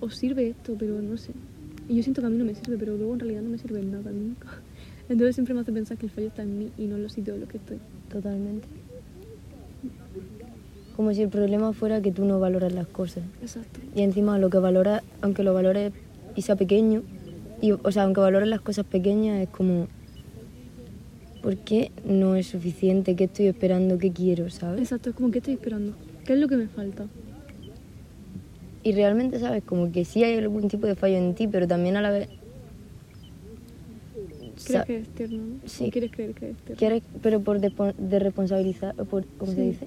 os sirve esto, pero no sé. Y yo siento que a mí no me sirve, pero luego en realidad no me sirve nada nunca. Entonces siempre me hace pensar que el fallo está en mí y no en los sitios en los que estoy. Totalmente. Como si el problema fuera que tú no valoras las cosas. Exacto. Y encima lo que valoras, aunque lo valores y sea pequeño, y, o sea, aunque valores las cosas pequeñas, es como, ¿por qué no es suficiente? ¿Qué estoy esperando? ¿Qué quiero? ¿Sabes? Exacto, es como que estoy esperando. ¿Qué es lo que me falta? Y realmente sabes como que sí hay algún tipo de fallo en ti, pero también a la vez... ¿Crees sa- que es tierno? ¿no? sí. ¿O ¿Quieres creer que es tierno? quieres- pero por despo- de responsabilizar, por, ¿cómo se Sí. dice?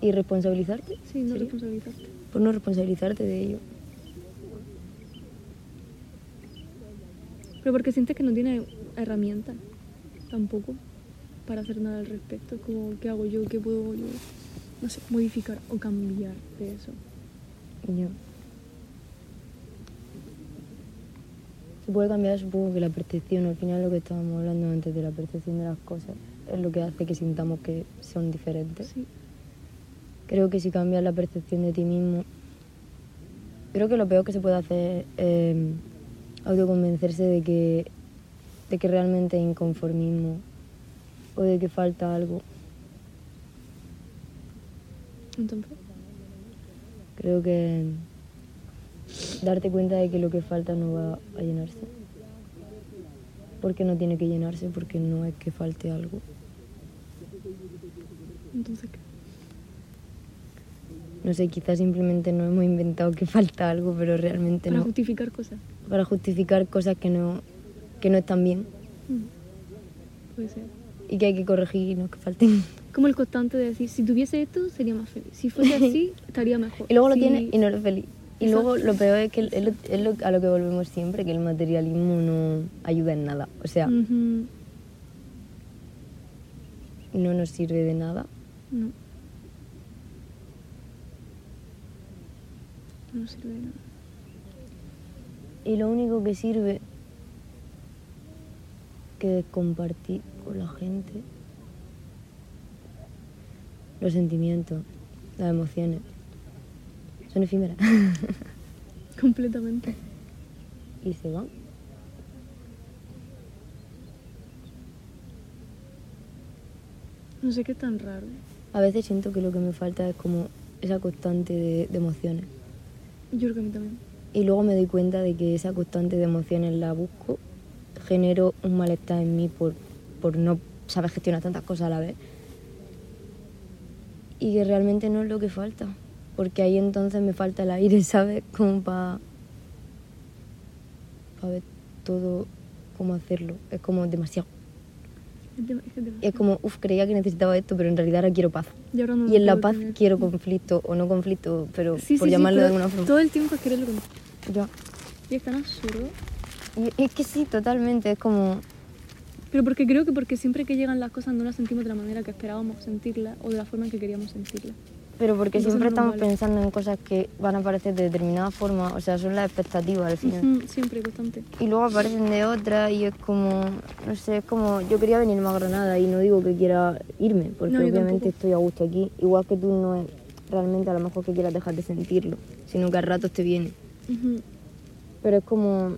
¿Y responsabilizarte? Sí, no ¿Sería? responsabilizarte. Por no responsabilizarte de ello. Pero porque sientes que no tiene herramientas tampoco para hacer nada al respecto. Es como, ¿qué hago yo? ¿Qué puedo yo, no sé, modificar o cambiar de eso? Ya. Se puede cambiar, supongo que la percepción, al final lo que estábamos hablando antes de la percepción de las cosas, es lo que hace que sintamos que son diferentes. Sí, Creo que si cambias la percepción de ti mismo, creo que lo peor que se puede hacer es eh, autoconvencerse de que, de que realmente es inconformismo o de que falta algo. entonces, Creo que darte cuenta de que lo que falta no va a llenarse. Porque no tiene que llenarse, porque no es que falte algo. entonces, ¿qué? No sé, quizás simplemente no hemos inventado que falta algo, pero realmente Para no. justificar cosas. Para justificar cosas que no, que no están bien Mm. Puede ser. y que hay que corregir y no que falten. Como el constante de decir, si tuviese esto, sería más feliz. Si fuese así, estaría mejor. Y luego lo Si- tienes y no eres feliz. Y Exacto. luego lo peor es que es lo- es lo- a lo que volvemos siempre, que el materialismo no ayuda en nada. O sea, Ujú. no nos sirve de nada. No. No nos sirve de nada. Y lo único que sirve que es compartir con la gente los sentimientos, las emociones. Son efímeras. Completamente. y se van. No sé qué tan raro. A veces siento que lo que me falta es como esa constante de, de emociones. Yo creo que a mí también. Y luego me doy cuenta de que esa constante de emociones la busco, genero un malestar en mí por, por no saber gestionar tantas cosas a la vez. Y que realmente no es lo que falta, porque ahí entonces me falta el aire, ¿sabes? Como para ver todo, cómo hacerlo. Es como demasiado. Es de- es que es de- Es como, uff, creía que necesitaba esto, pero en realidad ahora quiero paz. Y, ahora no Y lo en la puedo paz tener. quiero conflicto, o no conflicto, pero Mm. Sí, por sí, sí, llamarlo de pero alguna forma. Todo el tiempo es quererlo con... Ya. Y es tan absurdo. Y- y es que sí, totalmente, es como... Pero porque creo que porque siempre que llegan las cosas no las sentimos de la manera que esperábamos sentirlas o de la forma en que queríamos sentirlas. Pero porque Entonces siempre no estamos vale. pensando en cosas que van a aparecer de determinada forma, o sea, son las expectativas al final. Ujú, Siempre, constante. Y luego aparecen de otra y es como, no sé, es como, yo quería venirme a Granada y no digo que quiera irme, porque No, yo obviamente tampoco. estoy a gusto aquí. Igual que tú no es realmente a lo mejor que quieras dejar de sentirlo, sino que a ratos te viene. Ujú. Pero es como,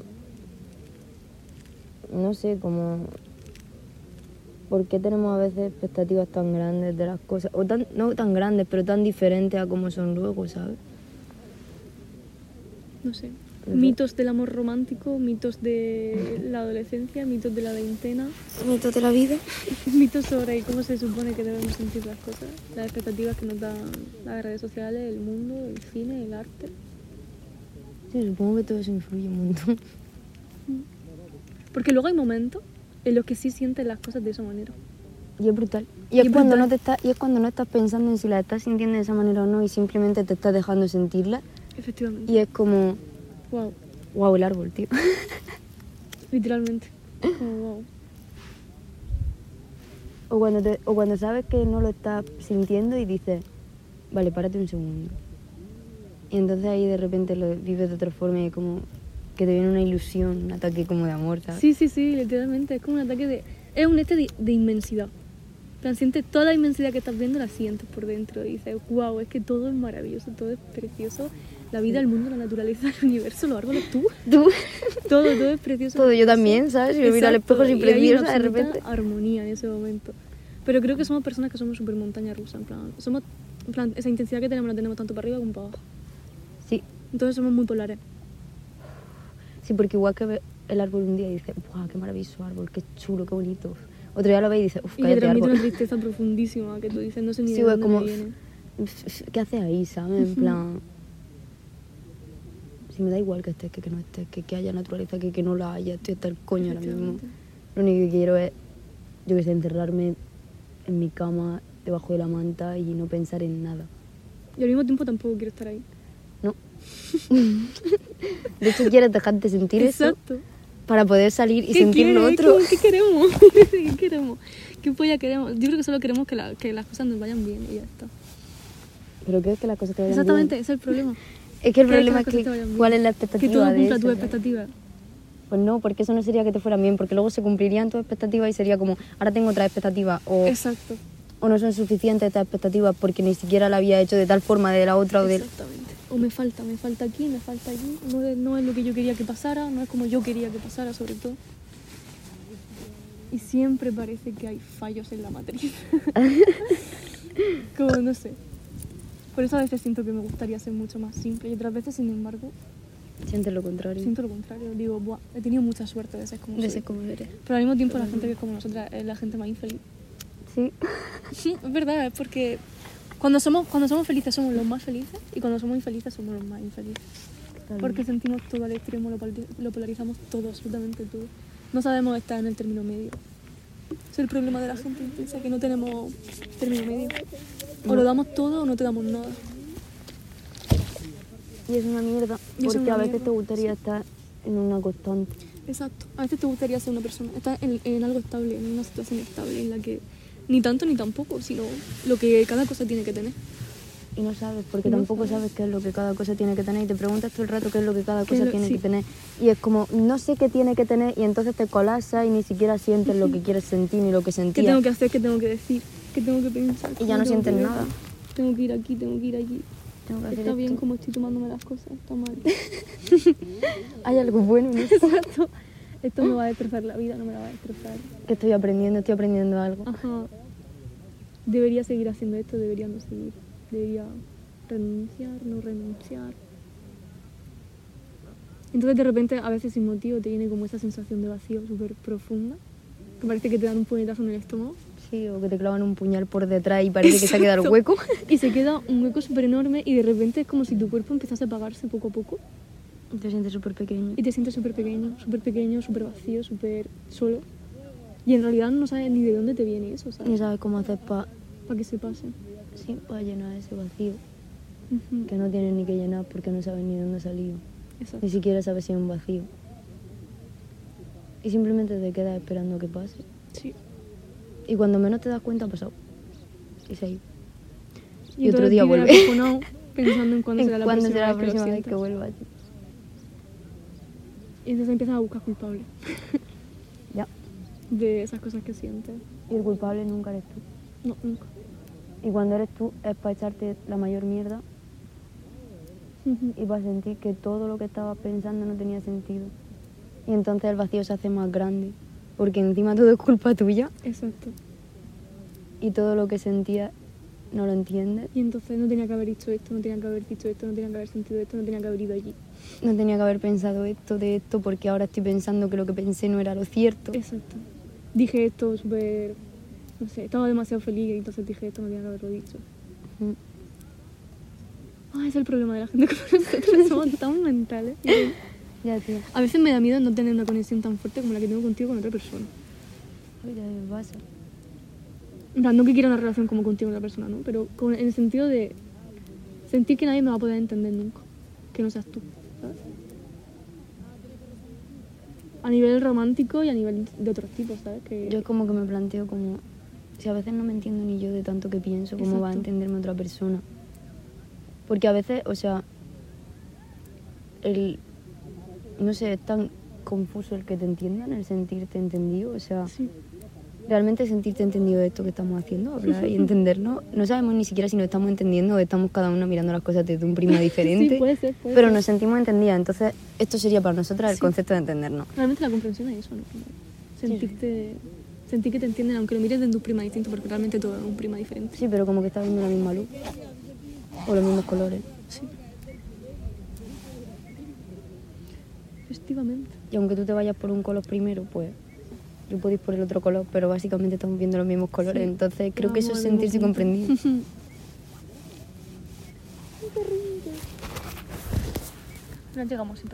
no sé, como, ¿por qué tenemos a veces expectativas tan grandes de las cosas? O tan, no tan grandes, pero tan diferentes a como son luego, ¿sabes? No sé. Ujú. Mitos del amor romántico, mitos de la adolescencia, mitos de la veintena, mitos de la vida. mitos sobre cómo se supone que debemos sentir las cosas, las expectativas que nos dan las redes sociales, el mundo, el cine, el arte. Sí, supongo que todo eso influye un montón. Porque luego hay momentos en los que sí sientes las cosas de esa manera. Y es brutal. Y, Y es, es cuando brutal. no te está, y es cuando no estás pensando en si la estás sintiendo de esa manera o no y simplemente te estás dejando sentirla. Efectivamente. Y es como, Wow. wow, el árbol, tío. Literalmente. Como wow. o, cuando te- o cuando sabes que no lo estás sintiendo y dices, vale, párate un segundo. Y entonces ahí de repente lo vives de otra forma y es como que te viene una ilusión, un ataque como de amor, ¿sabes? Sí, sí, sí, literalmente. Es como un ataque de. Es un este de, de inmensidad. En plan, sientes toda la inmensidad que estás viendo, la sientes por dentro. Y dices, wow, es que todo es maravilloso, todo es precioso. La vida, el mundo, la naturaleza, el universo, los árboles, tú. Tú, Todo, todo es precioso. todo yo también, ¿sabes? Yo miro al Exacto, espejo y soy hay una preciosa de absoluta repente. armonía en ese momento. Pero creo que somos personas que somos súper montaña rusa, en plan, somos, en plan, esa intensidad que tenemos la tenemos tanto para arriba como para abajo. Sí, Entonces somos muy polares. sí, porque igual que ve el árbol un día y dice, ¡guau, qué maravilloso árbol, qué chulo, qué bonito! Otro día lo ve y dice, ¡uf, Y que cállate transmite árbol! una tristeza profundísima que tú dices, no sé ni Sí, de güey, dónde como, me viene. ¿qué haces ahí, sabes? En plan... Si me da igual que estés, que, que no estés, que, que haya naturaleza, que, que no la haya, estoy hasta el coño ahora mismo. Efectivamente. Lo único que quiero es, yo que sé, encerrarme en mi cama, debajo de la manta y no pensar en nada. Y al mismo tiempo tampoco quiero estar ahí. No. de hecho, quieres dejarte sentir Exacto. eso para poder salir y ¿Qué sentir lo quieres? otro. ¿Cómo- ¿Qué queremos? ¿Qué queremos? ¿Qué polla queremos? Yo creo que solo queremos que, la- que las cosas nos vayan bien y ya está. Pero creo que las cosas te vayan Exactamente, bien. ese es el problema. Es que el Que problema las es cosas te vayan que, bien. ¿cuál es la Que expectativa todo de cumpla eso? tus expectativas. Pues no, porque eso no sería que te fueran bien, porque luego se cumplirían tus expectativas y sería como, ahora tengo otra expectativa, o, Exacto. o no son suficientes estas expectativas porque ni siquiera la había hecho de tal forma de la otra o de... Exactamente. O me falta, me falta aquí, me falta allí. No es, no es lo que yo quería que pasara, no es como yo quería que pasara, sobre todo. Y siempre parece que hay fallos en la matriz. como no sé. Por eso a veces siento que me gustaría ser mucho más simple y otras veces, sin embargo, Sientes lo contrario. siento lo contrario. Digo, Buah, he tenido mucha suerte de ser como de soy". ser como eres. Pero al mismo tiempo la gente que es como nosotras es la gente más infeliz. Sí. Sí, es verdad, es porque cuando somos, cuando somos felices somos los más felices y cuando somos infelices somos los más infelices. Porque sentimos todo al extremo, lo, poli- lo polarizamos todo, absolutamente todo. No sabemos estar en el término medio. Es el problema de la gente, piensa que no tenemos término medio. O lo damos todo o no te damos nada. Y es una mierda, Y es porque una a veces mierda, te gustaría estar en una constante. Exacto. A veces te gustaría ser una persona, estar en, en algo estable, en una situación estable en la que ni tanto ni tampoco, sino lo que cada cosa tiene que tener. Y no sabes, porque No tampoco sabes. sabes. qué es lo que cada cosa tiene que tener. Y te preguntas todo el rato qué es lo que cada ¿Qué cosa lo- tiene sí. que tener. Y es como, no sé qué tiene que tener. Y entonces te colapsas y ni siquiera sientes lo que quieres sentir ni lo que ¿Qué sentías. tengo que hacer? ¿Qué tengo que decir? ¿Qué tengo que pensar? Y ya ¿Cómo no tengo sientes que ver? nada. Tengo que ir aquí, tengo que ir allí. Tengo que hacer Está bien esto. como estoy tomándome las cosas, está mal. Hay algo bueno en esto. Exacto. Esto me va a destrozar la vida, no me la va a destrozar. que estoy aprendiendo, estoy aprendiendo algo. Ajá. Debería seguir haciendo esto, debería no seguir. Debería renunciar, no renunciar. Entonces de repente a veces sin motivo te viene como esa sensación de vacío súper profunda, que parece que te dan un puñetazo en el estómago. Sí, o que te clavan un puñal por detrás y parece que se ha quedado el Exacto. hueco. Y se queda un hueco súper enorme y de repente es como si tu cuerpo empezase a apagarse poco a poco Te sientes súper pequeño. y te sientes súper pequeño, súper pequeño, súper vacío, súper solo. Y en realidad no sabes ni de dónde te viene eso, Ni ¿sabes? sabes cómo hacer para Para que se pase. sí, pa llenar ese vacío. Ujú. Que no tienes ni que llenar porque no sabes ni de dónde ha salido. Exacto. Ni siquiera sabes si es un vacío. Y simplemente te quedas esperando que pase. Sí. Y cuando menos te das cuenta ha pasado. Y se ha ido. Y, otro todo el día pibe vuelve. acojonado, Pensando en cuándo ¿En será la cuándo próxima, será la vez próxima que lo vez que sientas. vuelva? Y entonces empiezas a buscar culpables Ya. de esas cosas que sientes. Y el culpable nunca eres tú. No, nunca. Y cuando eres tú es para echarte la mayor mierda Ujú. y para sentir que todo lo que estabas pensando no tenía sentido. Y entonces el vacío se hace más grande. Porque encima todo es culpa tuya Exacto. y todo lo que sentías no lo entiendes. Y entonces no tenía que haber dicho esto, no tenía que haber dicho esto, no tenía que haber sentido esto, no tenía que haber ido allí. No tenía que haber pensado esto de esto porque ahora estoy pensando que lo que pensé no era lo cierto. Exacto. Dije esto súper. No sé, estaba demasiado feliz y entonces dije esto, no tenía que haberlo dicho. Mm. Ah, es el problema de la gente como nosotros, somos tan mentales. Ya, tío. A veces me da miedo no tener una conexión tan fuerte como la que tengo contigo con otra persona. Ay, ya me pasa. En plan, no que quiera una relación como contigo con otra persona, ¿no? Pero con- en el sentido de sentir que nadie me va a poder entender nunca, que no seas tú, ¿sabes? A nivel romántico y a nivel de otros tipos, ¿sabes? Que... Yo es como que me planteo como, si a veces no me entiendo ni yo de tanto que pienso, ¿cómo va a Exacto. entenderme otra persona? Porque a veces, o sea, el, no sé, es tan confuso el que te entiendan, el sentirte entendido, o sea, Sí. realmente sentirte entendido de esto que estamos haciendo, hablar y entendernos. No sabemos ni siquiera si nos estamos entendiendo o estamos cada uno mirando las cosas desde un prisma diferente. Sí, puede ser, puede pero ser. nos sentimos entendidas. Entonces, esto sería para nosotras el concepto de entendernos. Realmente la comprensión es eso, ¿no? Como Sentirte, sentir que te entienden, aunque lo mires desde un prima distinto, porque realmente todo es un prima diferente. Sí, pero como que está viendo la misma luz o los mismos colores. Sí. Efectivamente. Y aunque tú te vayas por un color primero, pues yo puedo ir por el otro color, pero básicamente estamos viendo los mismos colores. Entonces, creo que eso Vamos es al mismo sentirse punto. comprendido. No llegamos siempre.